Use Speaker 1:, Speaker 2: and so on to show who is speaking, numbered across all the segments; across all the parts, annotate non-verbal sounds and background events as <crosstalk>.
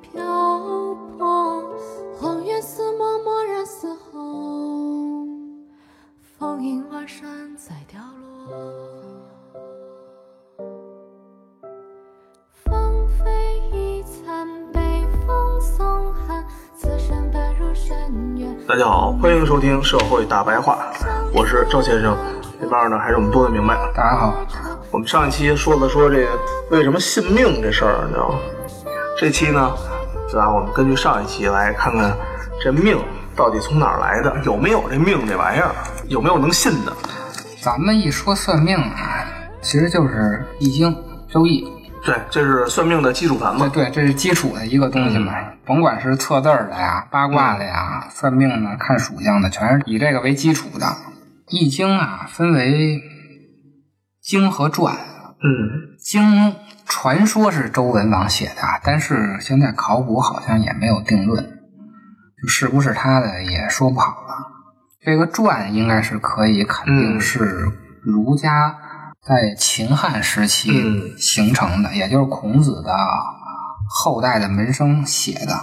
Speaker 1: 漂泊，荒原似墨，漠然似红。风影阑珊在凋落。芳菲一残，北风送寒，此身本入深渊。
Speaker 2: 大家好，欢迎收听《社会大白话》，我是赵先生，这边呢还是我们多的明白。
Speaker 3: 大家好，
Speaker 2: 我们上一期说了说这个为什么信命这事儿，你知道吗？这期呢，对吧？我们根据上一期来看看这命到底从哪儿来的，有没有这命这玩意儿，有没有能信的？
Speaker 3: 咱们一说算命啊，其实就是易经、周易，
Speaker 2: 对，这是算命的基础盘
Speaker 3: 对
Speaker 2: 嘛。
Speaker 3: 对，这是基础的一个东西嘛。甭管是测字儿的呀、八卦的呀、算命的、看属相的，全是以这个为基础的。易经啊，分为经和传。
Speaker 2: 嗯，
Speaker 3: 经传说是周文王写的啊，但是现在考古好像也没有定论，就是不是他的也说不好了。这个传应该是可以肯定
Speaker 2: 嗯
Speaker 3: 是儒家在秦汉时期
Speaker 2: 嗯
Speaker 3: 形成的，也就是孔子的后代的门生写的。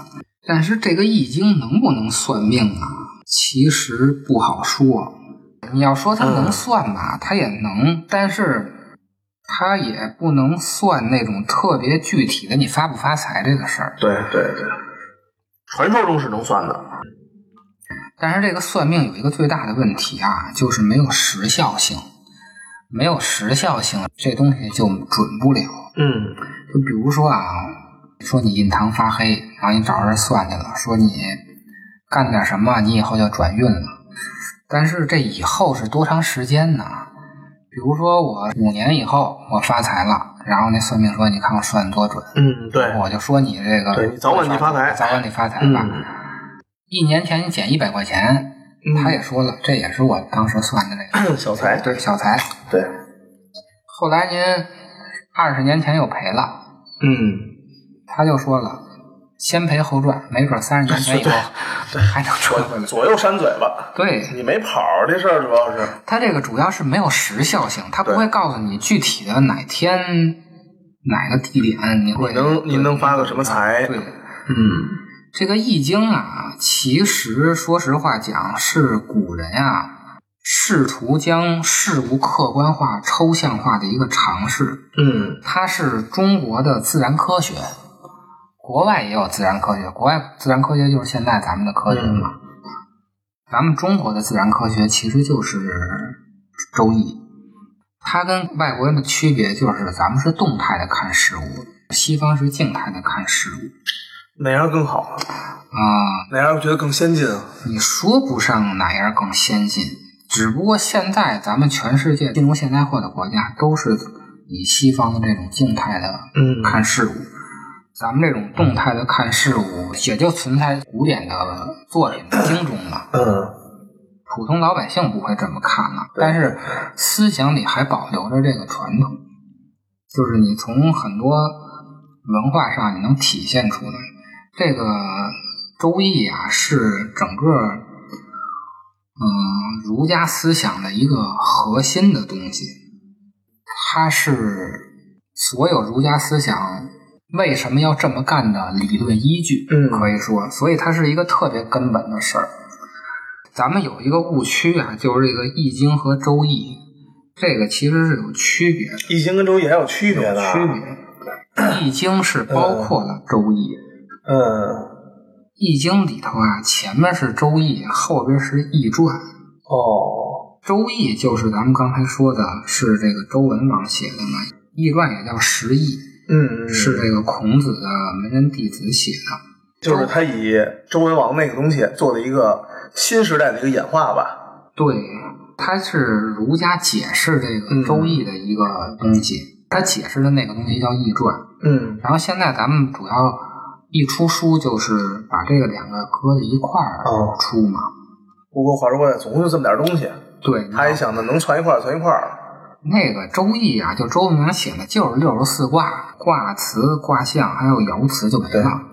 Speaker 3: 但是这个《易经》能不能算命啊？其实不好说。嗯你要说它能算吧，它也能，但是它也不能算那种特别具体的你发不发财这个事儿。
Speaker 2: 对对对，传说中是能算的。
Speaker 3: 但是这个算命有一个最大的问题啊，就是没有时效性，没有时效性，这东西就准不了。
Speaker 2: 嗯
Speaker 3: 就比如说啊，说你印堂发黑，然后你找人算去了，说你干点什么，你以后就转运了。但是这以后是多长时间呢？比如说我五年以后我发财了，然后那算命说你看我算得多准，
Speaker 2: 嗯，对，
Speaker 3: 我就说你这个
Speaker 2: 对你早晚你发财
Speaker 3: 早晚你发财吧。
Speaker 2: 嗯
Speaker 3: 一年前你减一百块钱，
Speaker 2: 嗯
Speaker 3: 他也说了，这也是我当时算的这个
Speaker 2: 小财
Speaker 3: 对小财。
Speaker 2: 哎对，
Speaker 3: 后来您二十年前又赔了，
Speaker 2: 嗯，
Speaker 3: 他就说了，先赔后赚，没准三十年前以
Speaker 2: <laughs>
Speaker 3: 后还能赚回来。
Speaker 2: 左右扇嘴巴，
Speaker 3: 对
Speaker 2: 你没跑儿这事儿主要是，
Speaker 3: 他这个主要是没有时效性，他不
Speaker 2: 对
Speaker 3: 会告诉你具体的哪天哪个地点你会
Speaker 2: 你能你
Speaker 3: 对
Speaker 2: 能发个什么财
Speaker 3: 对，
Speaker 2: 嗯
Speaker 3: 这个《易经》啊，其实说实话讲，是古人啊试图将事物客观化、抽象化的一个尝试。
Speaker 2: 嗯
Speaker 3: 它是中国的自然科学，国外也有自然科学，国外自然科学就是现在咱们的科学嘛。咱们中国的自然科学其实就是《周易》，它跟外国人的区别就是咱们是动态的看事物，西方是静态的看事物
Speaker 2: 哪样更好？
Speaker 3: 啊、
Speaker 2: 哪样觉得更先进啊？
Speaker 3: 你说不上哪样更先进，只不过现在咱们全世界进入现代化的国家都是以西方的这种静态的
Speaker 2: 嗯
Speaker 3: 看事物，咱们这种动态的看事物也就存在古典的作品的经中了。
Speaker 2: 嗯
Speaker 3: 普通老百姓不会这么看了，但是思想里还保留着这个传统，就是你从很多文化上你能体现出来。这个《周易》啊，是整个嗯儒家思想的一个核心的东西，它是所有儒家思想为什么要这么干的理论依据，
Speaker 2: 嗯
Speaker 3: 可以说，所以它是一个特别根本的事儿。咱们有一个误区啊，就是这个《易经》和《周易》，这个其实是有区别的。
Speaker 2: 易经跟周易还有区别嗯呢。
Speaker 3: 区别，《易经》是包括了《周易》，
Speaker 2: 嗯，
Speaker 3: 易经》里头啊，前面是《周易》，后边是《易传》。
Speaker 2: 哦，
Speaker 3: 《周易》就是咱们刚才说的，是这个周文王写的嘛，《易传》也叫《十易》，
Speaker 2: 嗯，
Speaker 3: 是这个孔子的门人弟子写的。
Speaker 2: 就是他以周文王那个东西做了一个新时代的一个演化吧。
Speaker 3: 对，它是儒家解释这个
Speaker 2: 嗯
Speaker 3: 《周易》的一个东西，他解释的那个东西叫《易传》。
Speaker 2: 嗯
Speaker 3: 然后现在咱们主要一出书就是把这个两个搁在一块儿
Speaker 2: 哦
Speaker 3: 出嘛。
Speaker 2: 不过话说回来，总共就这么点东西，
Speaker 3: 对，
Speaker 2: 他也想着能攒一块儿攒一块儿。
Speaker 3: 那个《周易》啊，就周明写的就是六十四卦，卦辞、卦象还有爻辞就没了。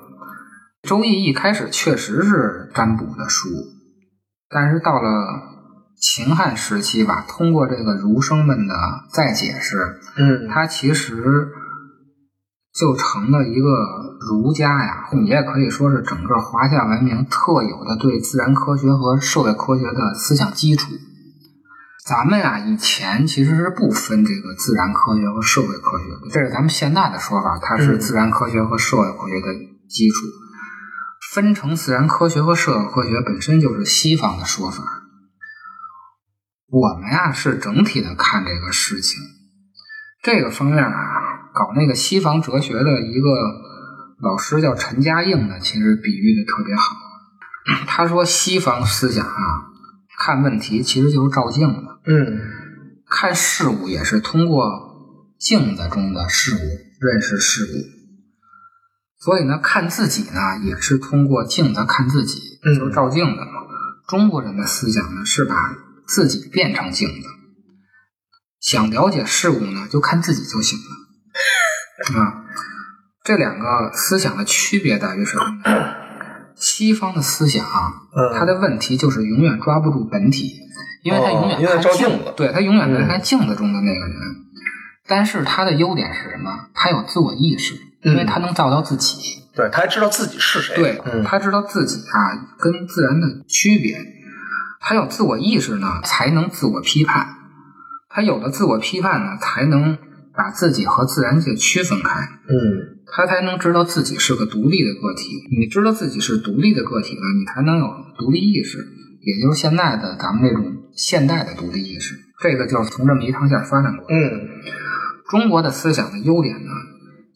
Speaker 3: 《周易》一开始确实是占卜的书，但是到了秦汉时期吧，通过这个儒生们的再解释，
Speaker 2: 嗯
Speaker 3: 它其实就成了一个儒家呀，你也可以说是整个华夏文明特有的对自然科学和社会科学的思想基础。咱们啊，以前其实是不分这个自然科学和社会科学的，这是咱们现在的说法，它是
Speaker 2: 嗯
Speaker 3: 自然科学和社会科学的基础。分成自然科学和社会科学本身就是西方的说法，我们呀、是整体的看这个事情，这个方面啊，搞那个西方哲学的一个老师叫陈嘉映的，其实比喻的特别好。他说西方思想啊，看问题其实就是照镜子，
Speaker 2: 嗯
Speaker 3: 看事物也是通过镜子中的事物认识事物。所以呢，看自己呢，也是通过镜子看自己，
Speaker 2: 嗯
Speaker 3: 就是照镜子嘛。中国人的思想呢，是把自己变成镜子，想了解事物呢，就看自己就行了。啊，这两个思想的区别在于什么呢？西方的思想啊，
Speaker 2: 嗯，
Speaker 3: 他的问题就是永远抓不住本体，因为他永
Speaker 2: 哦因
Speaker 3: 远
Speaker 2: 为
Speaker 3: 看
Speaker 2: 照
Speaker 3: 镜
Speaker 2: 镜子嗯
Speaker 3: 对他永远在看镜子中的那个人。但是他的优点是什么？他有自我意识，因为
Speaker 2: 嗯
Speaker 3: 他能照到自己。
Speaker 2: 对，他还知道自己是谁。
Speaker 3: 对，
Speaker 2: 嗯
Speaker 3: 他知道自己啊跟自然的区别，他有自我意识呢，才能自我批判。他有了自我批判呢，才能把自己和自然界区分开。
Speaker 2: 嗯
Speaker 3: 他才能知道自己是个独立的个体。你知道自己是独立的个体呢，你才能有独立意识，也就是现在的咱们这种现代的独立意识。这个就是从这么一趟线发展过来。
Speaker 2: 嗯
Speaker 3: 中国的思想的优点呢，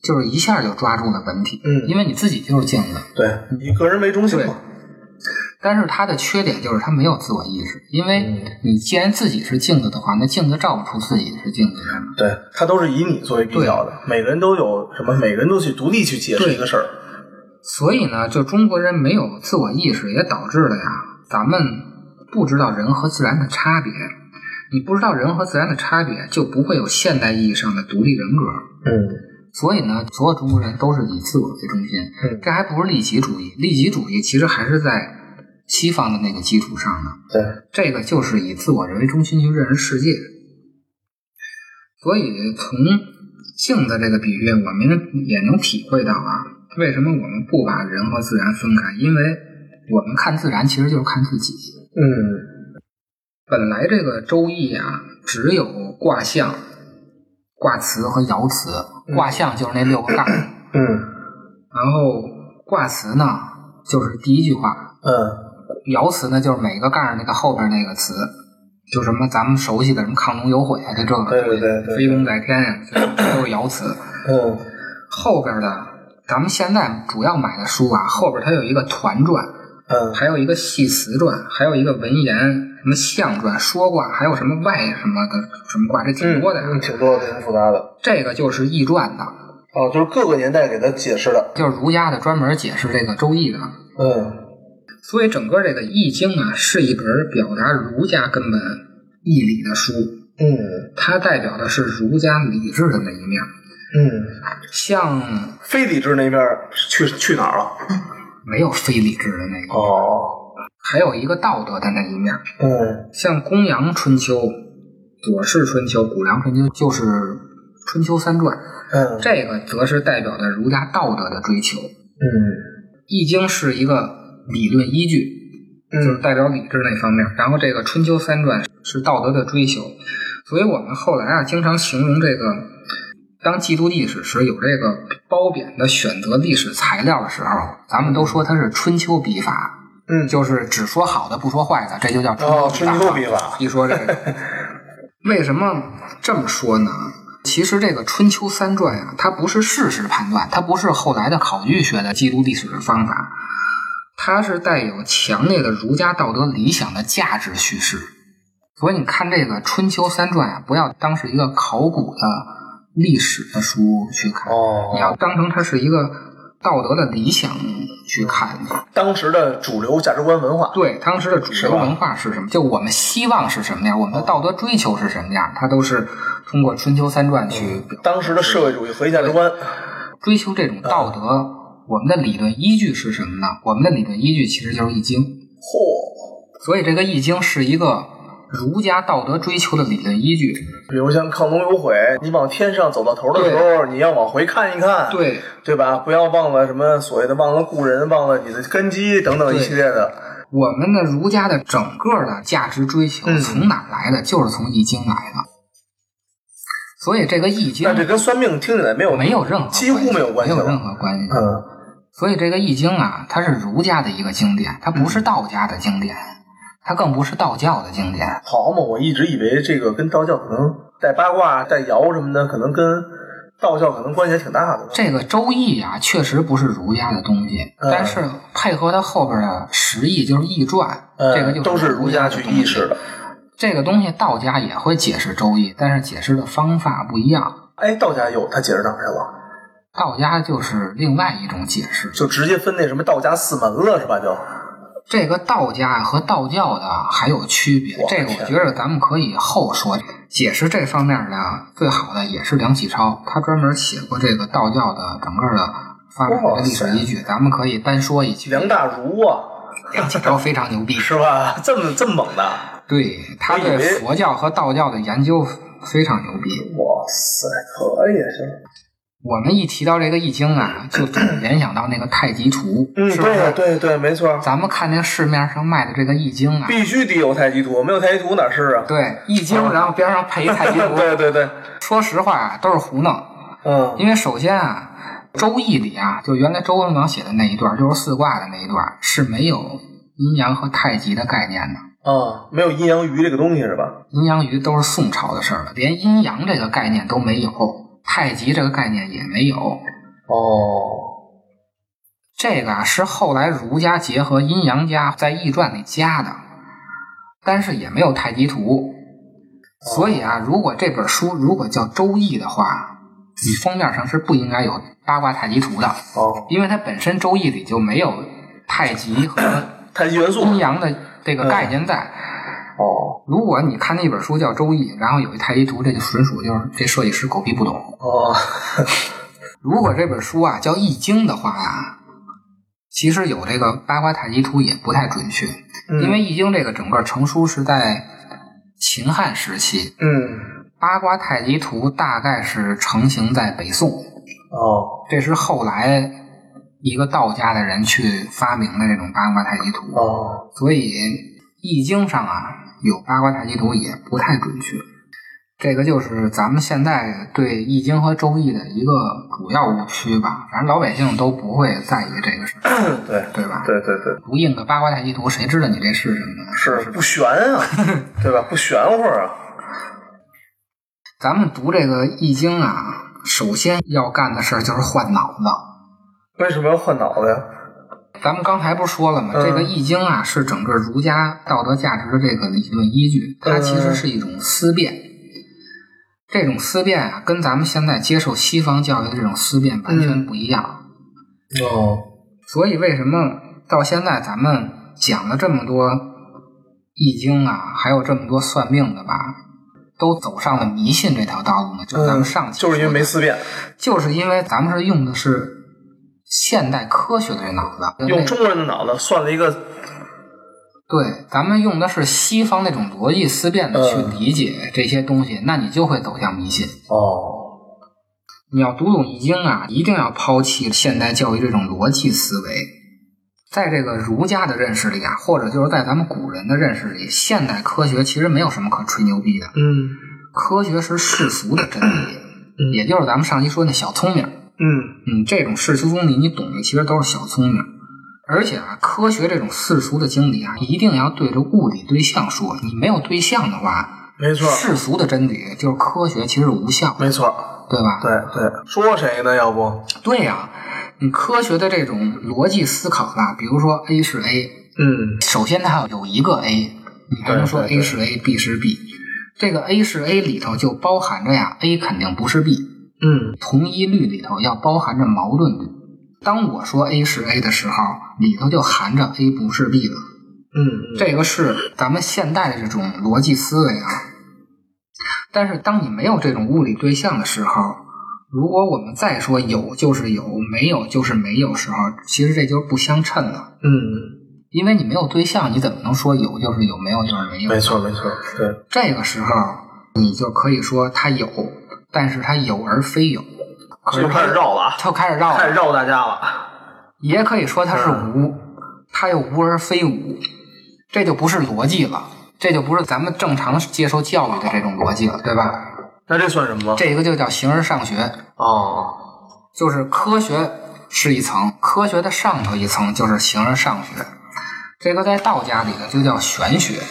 Speaker 3: 就是一下就抓住了本体，
Speaker 2: 嗯
Speaker 3: 因为你自己就是镜子。
Speaker 2: 对，以个人为中心嘛。
Speaker 3: 但是它的缺点就是它没有自我意识，因为你既然自己是镜子的话，那镜子照不出自己是镜子来嘛。
Speaker 2: 对，他都是以你作为比较的，每个人都有什么，每个人都去独立去解释
Speaker 3: 对
Speaker 2: 一个事儿。
Speaker 3: 所以呢，就中国人没有自我意识，也导致了呀，咱们不知道人和自然的差别。你不知道人和自然的差别，就不会有现代意义上的独立人格。
Speaker 2: 嗯
Speaker 3: 所以呢，所有中国人都是以自我为中心，
Speaker 2: 嗯
Speaker 3: 这还不是利己主义。利己主义其实还是在西方的那个基础上呢，
Speaker 2: 对，
Speaker 3: 这个就是以自我人为中心去认识世界。所以从镜子这个比喻，我们也能体会到啊，为什么我们不把人和自然分开？因为我们看自然其实就是看自己。
Speaker 2: 嗯
Speaker 3: 本来这个《周易》啊，只有卦象、卦辞和爻辞。卦象就是那六个杠，
Speaker 2: 嗯
Speaker 3: 然后卦辞呢就是第一句话，
Speaker 2: 嗯
Speaker 3: 爻辞呢，就是每个杠上那个后边那个词，就什么咱们熟悉的什么亢龙有悔啊，这这个
Speaker 2: 对对对对
Speaker 3: 飞龙在天呀，这都是爻辞。
Speaker 2: 嗯
Speaker 3: 后边的咱们现在主要买的书啊，后边它有一个团传，
Speaker 2: 嗯，
Speaker 3: 还有一个系辞传，还有一个文言，什么象传、说卦，还有什么外什么的什么卦，这挺多的呀。
Speaker 2: 嗯挺多的，挺复杂的。
Speaker 3: 这个就是易传的，
Speaker 2: 哦，就是各个年代给他解释的。
Speaker 3: 就是儒家的专门解释这个《周易》的。
Speaker 2: 嗯
Speaker 3: 所以整个这个《易经》啊，是一本表达儒家根本义理的书。
Speaker 2: 嗯
Speaker 3: 它代表的是儒家理智的那一面。
Speaker 2: 嗯，
Speaker 3: 像
Speaker 2: 非理智那边儿去去哪儿了？
Speaker 3: 没有非理智的那一面，
Speaker 2: 哦，
Speaker 3: 还有一个道德的那一面。
Speaker 2: 嗯
Speaker 3: 像公羊春秋、左氏春秋、谷梁春秋，就是春秋三传。
Speaker 2: 嗯
Speaker 3: 这个则是代表着儒家道德的追求。《
Speaker 2: 嗯
Speaker 3: 易经》是一个理论依据，就是
Speaker 2: 嗯
Speaker 3: 代表理智那方面。然后这个春秋三传是道德的追求，所以我们后来啊经常形容这个，当记录历史时有这个褒贬的选择历史材料的时候，咱们都说它是春秋笔法，
Speaker 2: 嗯，
Speaker 3: 就是只说好的不说坏的，这就叫春秋
Speaker 2: 哦，
Speaker 3: 笔
Speaker 2: 春
Speaker 3: 法。
Speaker 2: 秋笔法。
Speaker 3: 一说这个，为什么这么说呢？其实这个《春秋三传》呀，它不是事实判断，它不是后来的考据学的记录历史的方法，它是带有强烈的儒家道德理想的价值叙事。所以你看这个《春秋三传》啊，不要当是一个考古的历史的书去看，
Speaker 2: 哦
Speaker 3: 你要当成它是一个道德的理想去看的。
Speaker 2: 当时的主流价值观文化，
Speaker 3: 对当时的主流文化是什么？就我们希望是什么样，我
Speaker 2: 哦
Speaker 3: 们的道德追求是什么样，它都是通过《春秋三传》去表
Speaker 2: 当时的社会主义核心价值观，
Speaker 3: 追求这种道德。
Speaker 2: 嗯
Speaker 3: 我们的理论依据是什么呢？我们的理论依据其实就是《易经》，
Speaker 2: 嚯，
Speaker 3: 所以这个《易经》是一个儒家道德追求的理论依据。
Speaker 2: 比如像亢龙有悔，你往天上走到头的时候，你要往回看一看，
Speaker 3: 对，
Speaker 2: 对吧？不要忘了什么所谓的忘了故人，忘了你的根基等等一
Speaker 3: 对
Speaker 2: 系列的。
Speaker 3: 我们的儒家的整个的价值追求
Speaker 2: 嗯
Speaker 3: 从哪来的？就是从《易经》来的。所以这个《易经
Speaker 2: 那》这跟算命听起来没有
Speaker 3: 没有任何
Speaker 2: 几乎没有关
Speaker 3: 关
Speaker 2: 系
Speaker 3: 系，
Speaker 2: 了
Speaker 3: 没有任何关系。
Speaker 2: 嗯
Speaker 3: 所以这个《易经》啊，它是儒家的一个经典，它不
Speaker 2: 嗯
Speaker 3: 是道家的经典，它更不是道教的经典。
Speaker 2: 好嘛，我一直以为这个跟道教可能带八卦、带爻什么的，可能跟道教可能关系还挺大的。
Speaker 3: 这个《周易》啊，确实不是儒家的东西，
Speaker 2: 嗯
Speaker 3: 但是配合它后边的十易，就是《易传》，
Speaker 2: 嗯
Speaker 3: 这个就
Speaker 2: 都是儒
Speaker 3: 儒
Speaker 2: 家
Speaker 3: 的
Speaker 2: 去
Speaker 3: 东西
Speaker 2: 意识的。
Speaker 3: 这个东西道家也会解释《周易》，但是解释的方法不一样。
Speaker 2: 哎，道家有他解释哪儿去了？
Speaker 3: 道家就是另外一种解释。
Speaker 2: 就直接分那什么道家四门了是吧？就
Speaker 3: 这个道家和道教的还有区别
Speaker 2: 我，
Speaker 3: 这个
Speaker 2: 天
Speaker 3: 我觉得咱们可以后说。解释这方面的最好的也是梁启超，他专门写过这个道教的整个的发展的历史依据，咱们可以单说一句。
Speaker 2: 梁大儒啊，
Speaker 3: 梁启超非常牛逼，
Speaker 2: 是吧？ <laughs> 这么这么猛的，
Speaker 3: 对他
Speaker 2: 我以为
Speaker 3: 对佛教和道教的研究非常牛逼。
Speaker 2: 哇塞，可以
Speaker 3: 啊
Speaker 2: 是。
Speaker 3: 我们一提到这个易经啊，就总联想到那个太极图，
Speaker 2: 嗯，
Speaker 3: 是不
Speaker 2: 对
Speaker 3: 是？
Speaker 2: 对对，没错，
Speaker 3: 咱们看那市面上卖的这个易经啊，
Speaker 2: 必须得有太极图，没有太极图哪是啊？
Speaker 3: 对易经，然后边上配一太极图，
Speaker 2: <laughs> 对对对，
Speaker 3: 说实话啊，都是胡弄。
Speaker 2: 嗯
Speaker 3: 因为首先啊，《周易》里啊，就原来周文王写的那一段，就是四卦的那一段，是没有阴阳和太极的概念的。
Speaker 2: 啊，没有阴阳鱼这个东西是吧？
Speaker 3: 阴阳鱼都是宋朝的事儿了，连阴阳这个概念都没有，太极这个概念也没有。
Speaker 2: 哦，
Speaker 3: 这个啊是后来儒家结合阴阳家在《易传》里加的，但是也没有太极图。所以啊，如果这本书如果叫《周易》的话，你封面上是不应该有八卦太极图的，
Speaker 2: 哦，
Speaker 3: 因为它本身《周易》里就没有太极和
Speaker 2: 太极元素，
Speaker 3: 阴阳的这个概念在。
Speaker 2: 哦
Speaker 3: 如果你看那本书叫《周易》，然后有一太极图，这就纯属就是这设计师狗屁不懂。
Speaker 2: 哦，
Speaker 3: 如果这本书啊叫《易经》的话呀、其实有这个八卦太极图也不太准确，
Speaker 2: 嗯
Speaker 3: 因为《易经》这个整个成书是在秦汉时期，
Speaker 2: 嗯，
Speaker 3: 八卦太极图大概是成型在北宋，
Speaker 2: 哦
Speaker 3: 这是后来一个道家的人去发明的这种八卦太极图，
Speaker 2: 哦，
Speaker 3: 所以《易经》上啊有八卦太极图也不太准确。这个就是咱们现在对《易经》和《周易》的一个主要误区吧，反正老百姓都不会在意这个事儿，
Speaker 2: 对
Speaker 3: 对吧？
Speaker 2: 对对对，
Speaker 3: 不印个八卦太极图，谁知道你这是什么呢？
Speaker 2: 是不玄 <laughs> 啊，对吧？不玄乎啊，
Speaker 3: 咱们读这个《易经》啊，首先要干的事儿就是换脑子。
Speaker 2: 为什么要换脑袋呀？
Speaker 3: 咱们刚才不是说了吗？
Speaker 2: 嗯
Speaker 3: 这个《易经》啊，是整个儒家道德价值的这个理论依据，它其
Speaker 2: 嗯
Speaker 3: 实是一种思辨。这种思辨啊，跟咱们现在接受西方教育的这种思辨完
Speaker 2: 嗯
Speaker 3: 全不一样。
Speaker 2: 哦，
Speaker 3: 所以为什么到现在咱们讲了这么多《易经》啊，还有这么多算命的吧，都走上了迷信这条道路呢？就是咱
Speaker 2: 嗯
Speaker 3: 们上，期
Speaker 2: 就是因为
Speaker 3: 说的
Speaker 2: 没思辨，
Speaker 3: 就是因为咱们是用的是现代科学的这脑子，
Speaker 2: 用中国人的脑子算了一个，
Speaker 3: 对，咱们用的是西方那种逻辑思辨的去理解这些东西，那你就会走向迷信。
Speaker 2: 哦，
Speaker 3: 你要读懂《易经》啊，一定要抛弃现代教育这种逻辑思维。在这个儒家的认识里啊，或者就是在咱们古人的认识里，现代科学其实没有什么可吹牛逼的。
Speaker 2: 嗯
Speaker 3: 科学是世俗的真理，也就是咱们上期说那小聪明。
Speaker 2: 嗯，
Speaker 3: 嗯，这种世俗中理你懂的其实都是小聪明，而且啊，科学这种世俗的经理啊，一定要对着物理对象说。你没有对象的话，
Speaker 2: 没错，
Speaker 3: 世俗的真理就是科学，其实是无效的，
Speaker 2: 没错，
Speaker 3: 对吧？
Speaker 2: 对对，说谁呢？要不，
Speaker 3: 对呀、你科学的这种逻辑思考吧，比如说 A 是 A，
Speaker 2: 嗯
Speaker 3: 首先它要有一个 A，你才能说
Speaker 2: 对对对
Speaker 3: A 是 A，B 是 B。这个 A 是 A 里头就包含着呀，A 肯定不是 B，
Speaker 2: 嗯
Speaker 3: 同一律里头要包含着矛盾律。当我说 A 是 A 的时候，里头就含着 A 不是 B 了。
Speaker 2: 嗯，
Speaker 3: 这个是咱们现代的这种逻辑思维啊。但是当你没有这种物理对象的时候，如果我们再说有就是有，没有就是没有时候，其实这就是不相称的。
Speaker 2: 嗯，
Speaker 3: 因为你没有对象，你怎么能说有就是有，没有就是没有？
Speaker 2: 没错没错，对，
Speaker 3: 这个时候你就可以说它有，但是它有而非有，可是
Speaker 2: 就开始绕了啊，
Speaker 3: 它开始绕
Speaker 2: 开始
Speaker 3: 了，
Speaker 2: 绕大家了。
Speaker 3: 也可以说它是无，它又无而非无，这就不是逻辑了，这就不是咱们正常接受教育的这种逻辑了，对吧？
Speaker 2: 那这算什么？
Speaker 3: 这个就叫形而上学，
Speaker 2: 哦，
Speaker 3: 就是科学是一层，科学的上头一层就是形而上学，这个在道家里呢就叫玄学。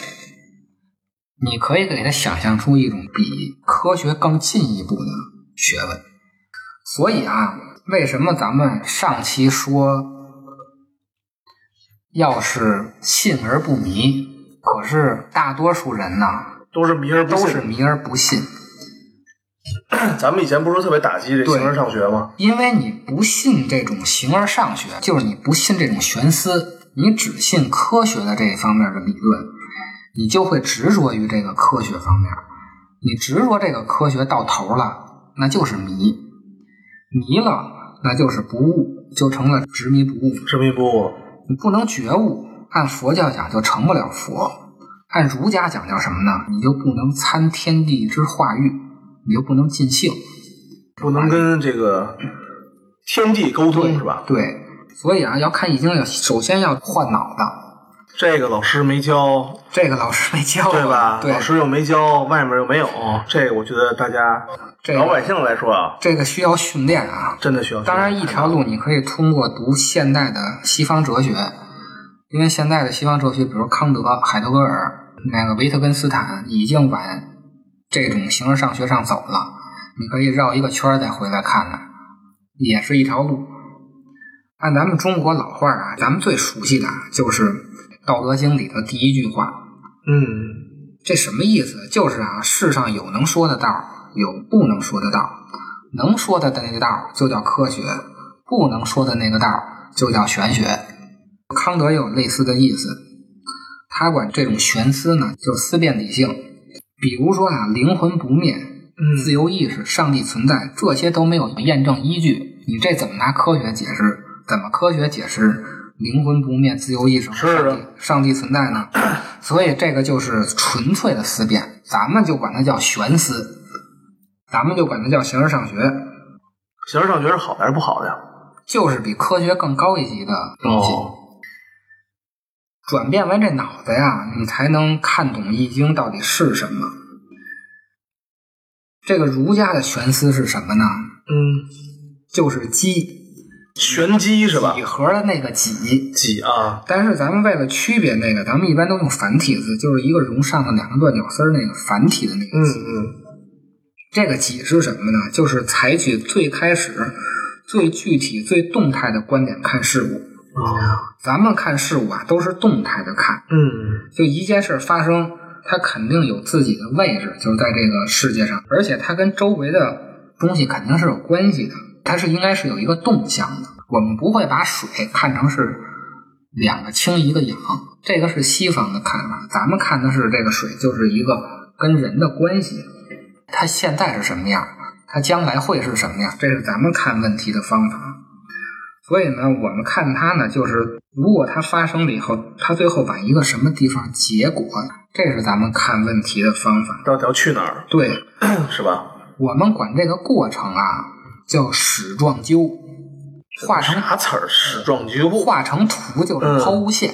Speaker 3: 你可以给它想象出一种比科学更进一步的学问。所以啊，为什么咱们上期说要是信而不迷，可是大多数人呢
Speaker 2: 都是迷而不
Speaker 3: 都
Speaker 2: 信
Speaker 3: 是。迷而不信。
Speaker 2: 咱们以前不是特别打击这
Speaker 3: 对
Speaker 2: 形而上学吗？
Speaker 3: 因为你不信这种形而上学，就是你不信这种玄思，你只信科学的这一方面的理论，你就会执着于这个科学方面。你执着这个科学到头了，那就是迷，迷了那就是不悟，就成了执迷不悟。
Speaker 2: 执迷不悟。
Speaker 3: 你不能觉悟，按佛教讲就成不了佛，按儒家讲叫什么呢？你就不能参天地之化育，你就不能尽性。
Speaker 2: 不能跟这个天地沟
Speaker 3: 对
Speaker 2: 通是吧？
Speaker 3: 对，所以啊，要看易经要首先要换脑子，
Speaker 2: 这个老师没教，
Speaker 3: 这个老师没教过
Speaker 2: 对吧？
Speaker 3: 哦对
Speaker 2: 老，师又没教，外面又没有，这个我觉得大家
Speaker 3: 这
Speaker 2: 老
Speaker 3: 个
Speaker 2: 百姓来说啊，
Speaker 3: 这个需要训练啊。
Speaker 2: 真的需要。
Speaker 3: 当然，一条路你可以通过读现代的西方哲学，因为现代的西方哲学，比如康德、海德格尔、那个维特根斯坦，已经往这种形而上学上走了。你可以绕一个圈儿再回来看看，也是一条路。按咱们中国老话儿啊，咱们最熟悉的就是《道德经》里的第一句话
Speaker 2: 嗯，
Speaker 3: 这什么意思？就是啊，世上有能说的道儿，有不能说的道儿。能说的那个道儿就叫科学，不能说的那个道儿就叫玄学。康德也有类似的意思，他管这种玄思呢，就思辨理性。比如说啊，灵魂不灭、
Speaker 2: 嗯
Speaker 3: 自由意识、上帝存在，这些都没有验证依据，你这怎么拿科学解释？怎么科学解释灵魂不灭、自由意识、
Speaker 2: 是啊
Speaker 3: 上
Speaker 2: 的
Speaker 3: 帝上帝存在呢？所以这个就是纯粹的思辨，咱们就管它叫玄思，咱们就管它叫形而上学，
Speaker 2: 形而上学是好的还是不好的呀？
Speaker 3: 就是比科学更高一级的东西。
Speaker 2: 哦，
Speaker 3: 转变为这脑子呀，你才能看懂《易经》到底是什么。这个儒家的玄思是什么呢？
Speaker 2: 嗯，
Speaker 3: 就是几
Speaker 2: 玄机是吧
Speaker 3: 几？何的那个几。
Speaker 2: 几啊？
Speaker 3: 但是咱们为了区别那个，咱们一般都用繁体字，就是一个容上头两个断脚丝儿那个繁体的那
Speaker 2: 嗯
Speaker 3: 个几。
Speaker 2: 嗯，
Speaker 3: 这个几是什么呢？就是采取最开始、最具体、最动态的观点看事物。
Speaker 2: 哦，
Speaker 3: 咱们看事物啊，都是动态的看，
Speaker 2: 嗯
Speaker 3: 就一件事儿发生，它肯定有自己的位置，就是在这个世界上，而且它跟周围的东西肯定是有关系的，它是应该是有一个动向的。我们不会把水看成是两个氢一个氧，这个是西方的看法，咱们看的是这个水就是一个跟人的关系，它现在是什么样，它将来会是什么样，这是咱们看问题的方法。所以呢，我们看它呢，就是如果它发生了以后，它最后把一个什么地方结果，这是咱们看问题的方法。
Speaker 2: 到底要去哪儿
Speaker 3: 对
Speaker 2: 是吧？
Speaker 3: 我们管这个过程啊叫矢状灸，化成
Speaker 2: 啥 <laughs> 词儿？矢状灸。
Speaker 3: 化成图就是抛物线，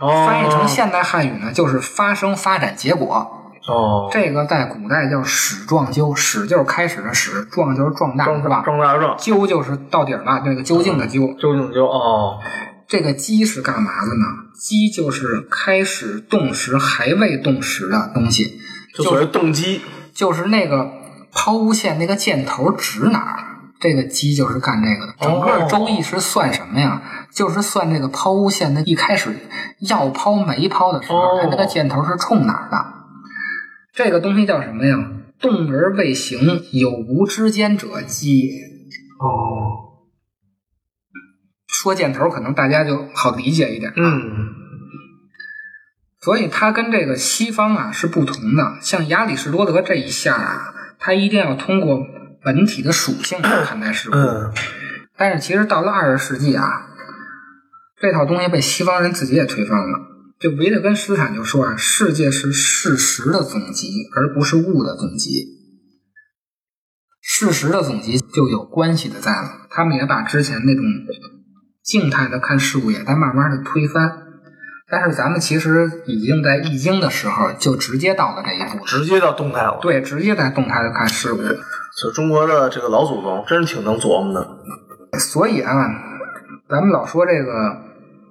Speaker 2: 哦，
Speaker 3: 翻译成现代汉语呢就是发生发展结果。
Speaker 2: 哦，
Speaker 3: 这个在古代叫矢状灸，矢就是开始的矢，状就是壮大
Speaker 2: 壮
Speaker 3: 是吧？
Speaker 2: 壮大嗯壮，
Speaker 3: 灸就是到底儿了，那个究竟的究。
Speaker 2: 究竟灸哦，
Speaker 3: 这个鸡是干嘛的呢？鸡就是开始动时还未动时的东西，
Speaker 2: 就所谓动机。
Speaker 3: 就是那个抛物线那个箭头指哪儿，这个鸡就是干这个的。整个
Speaker 2: 哦
Speaker 3: 周易是算什么呀？就是算这个抛物线的一开始要抛没抛的时候，
Speaker 2: 哦
Speaker 3: 它那个箭头是冲哪儿的。这个东西叫什么呀？动而未行，有无之间者，鸡也。
Speaker 2: 哦，
Speaker 3: 说箭头，可能大家就好理解一点。啊
Speaker 2: 嗯
Speaker 3: 所以它跟这个西方啊是不同的。像亚里士多德这一下啊，他一定要通过本体的属性来看待事物。
Speaker 2: 嗯
Speaker 3: 但是其实到了二十世纪啊，这套东西被西方人自己也推翻了。就维特根斯坦就说啊，世界是事实的总集，而不是物的总集。事实的总集就有关系的在了，他们也把之前那种静态的看事物也在慢慢的推翻。但是咱们其实已经在易经的时候就直接到了这一步了，
Speaker 2: 直接到动态了。
Speaker 3: 对，直接在动态的看事物。
Speaker 2: 所以中国的这个老祖宗真是挺能琢磨的。
Speaker 3: 所以啊，咱们老说这个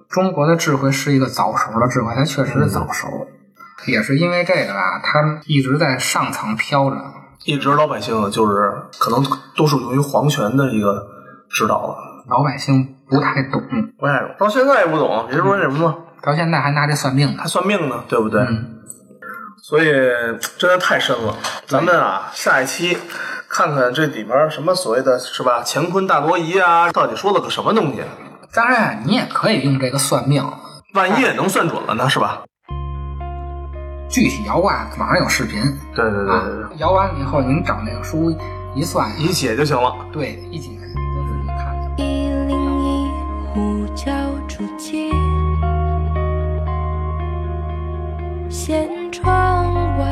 Speaker 3: 中国的智慧是一个早熟的智慧，它确实是早熟，
Speaker 2: 嗯
Speaker 3: 也是因为这个啊，它一直在上层飘着。
Speaker 2: 一直老百姓就是可能都是由于皇权的一个指导了，
Speaker 3: 老百姓不太懂，
Speaker 2: 不太懂，到现在也不懂。别说那什么了，
Speaker 3: 到现在还拿这算命呢
Speaker 2: 还。算命呢，对不对？
Speaker 3: 嗯
Speaker 2: 所以真的太深了。咱们啊，下一期看看这里边什么所谓的是吧，乾坤大挪移啊，到底说了个什么东西？啊
Speaker 3: 当然，啊你也可以用这个算命。
Speaker 2: 万一也能算准了呢，是吧？
Speaker 3: 具体摇卦网上有视频
Speaker 2: 对对对
Speaker 3: 啊
Speaker 2: 对对，，
Speaker 3: 摇完了以后您找那个书一算，
Speaker 2: 一解就行了。
Speaker 3: 对一解，你就自己看去吧。
Speaker 1: 一零一呼叫主机，舷窗外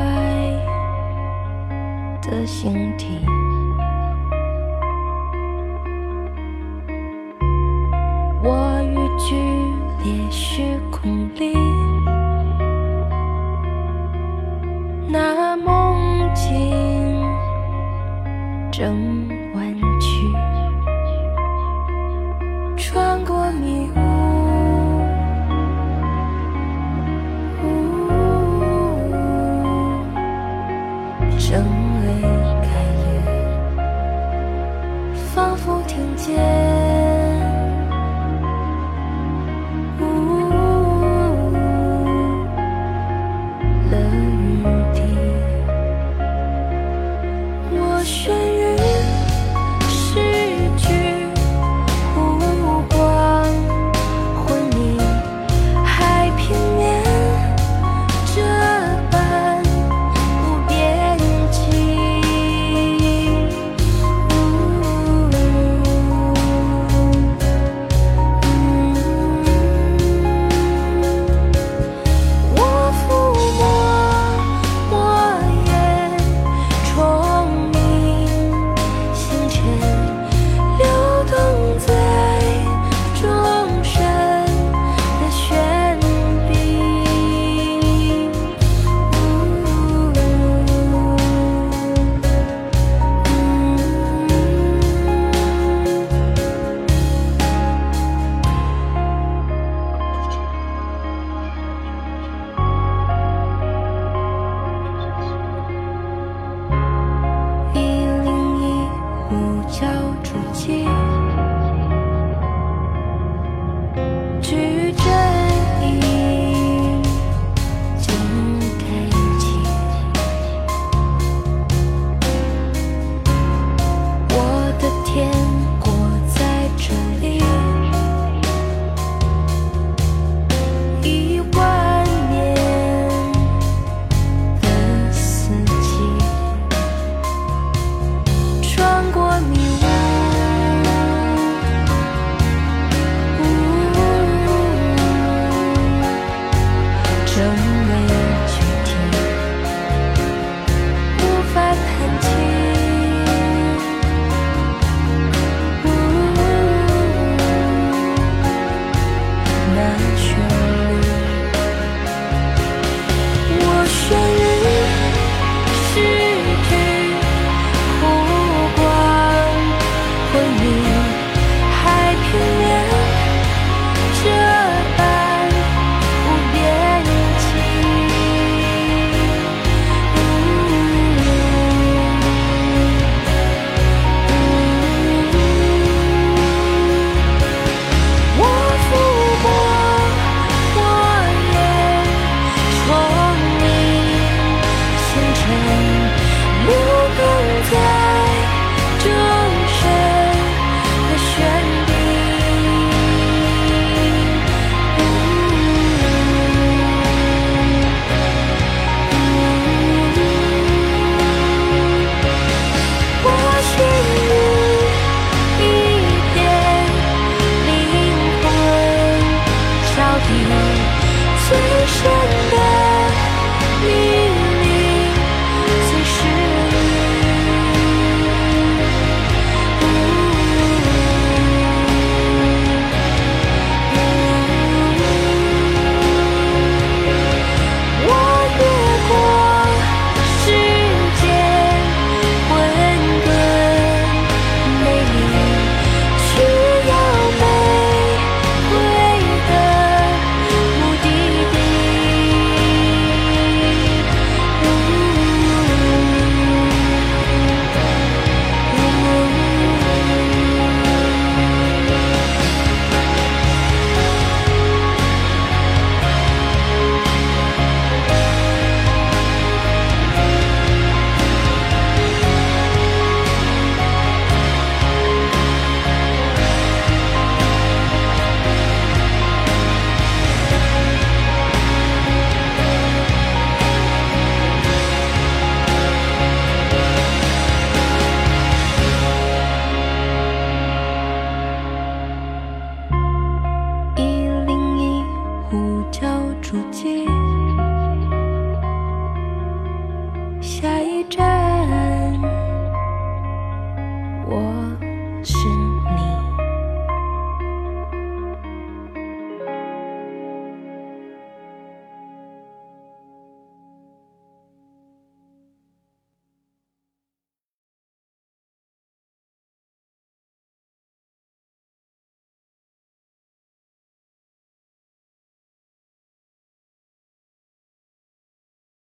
Speaker 1: 的星体，我与剧烈时空里，那梦境正嗯嗯嗯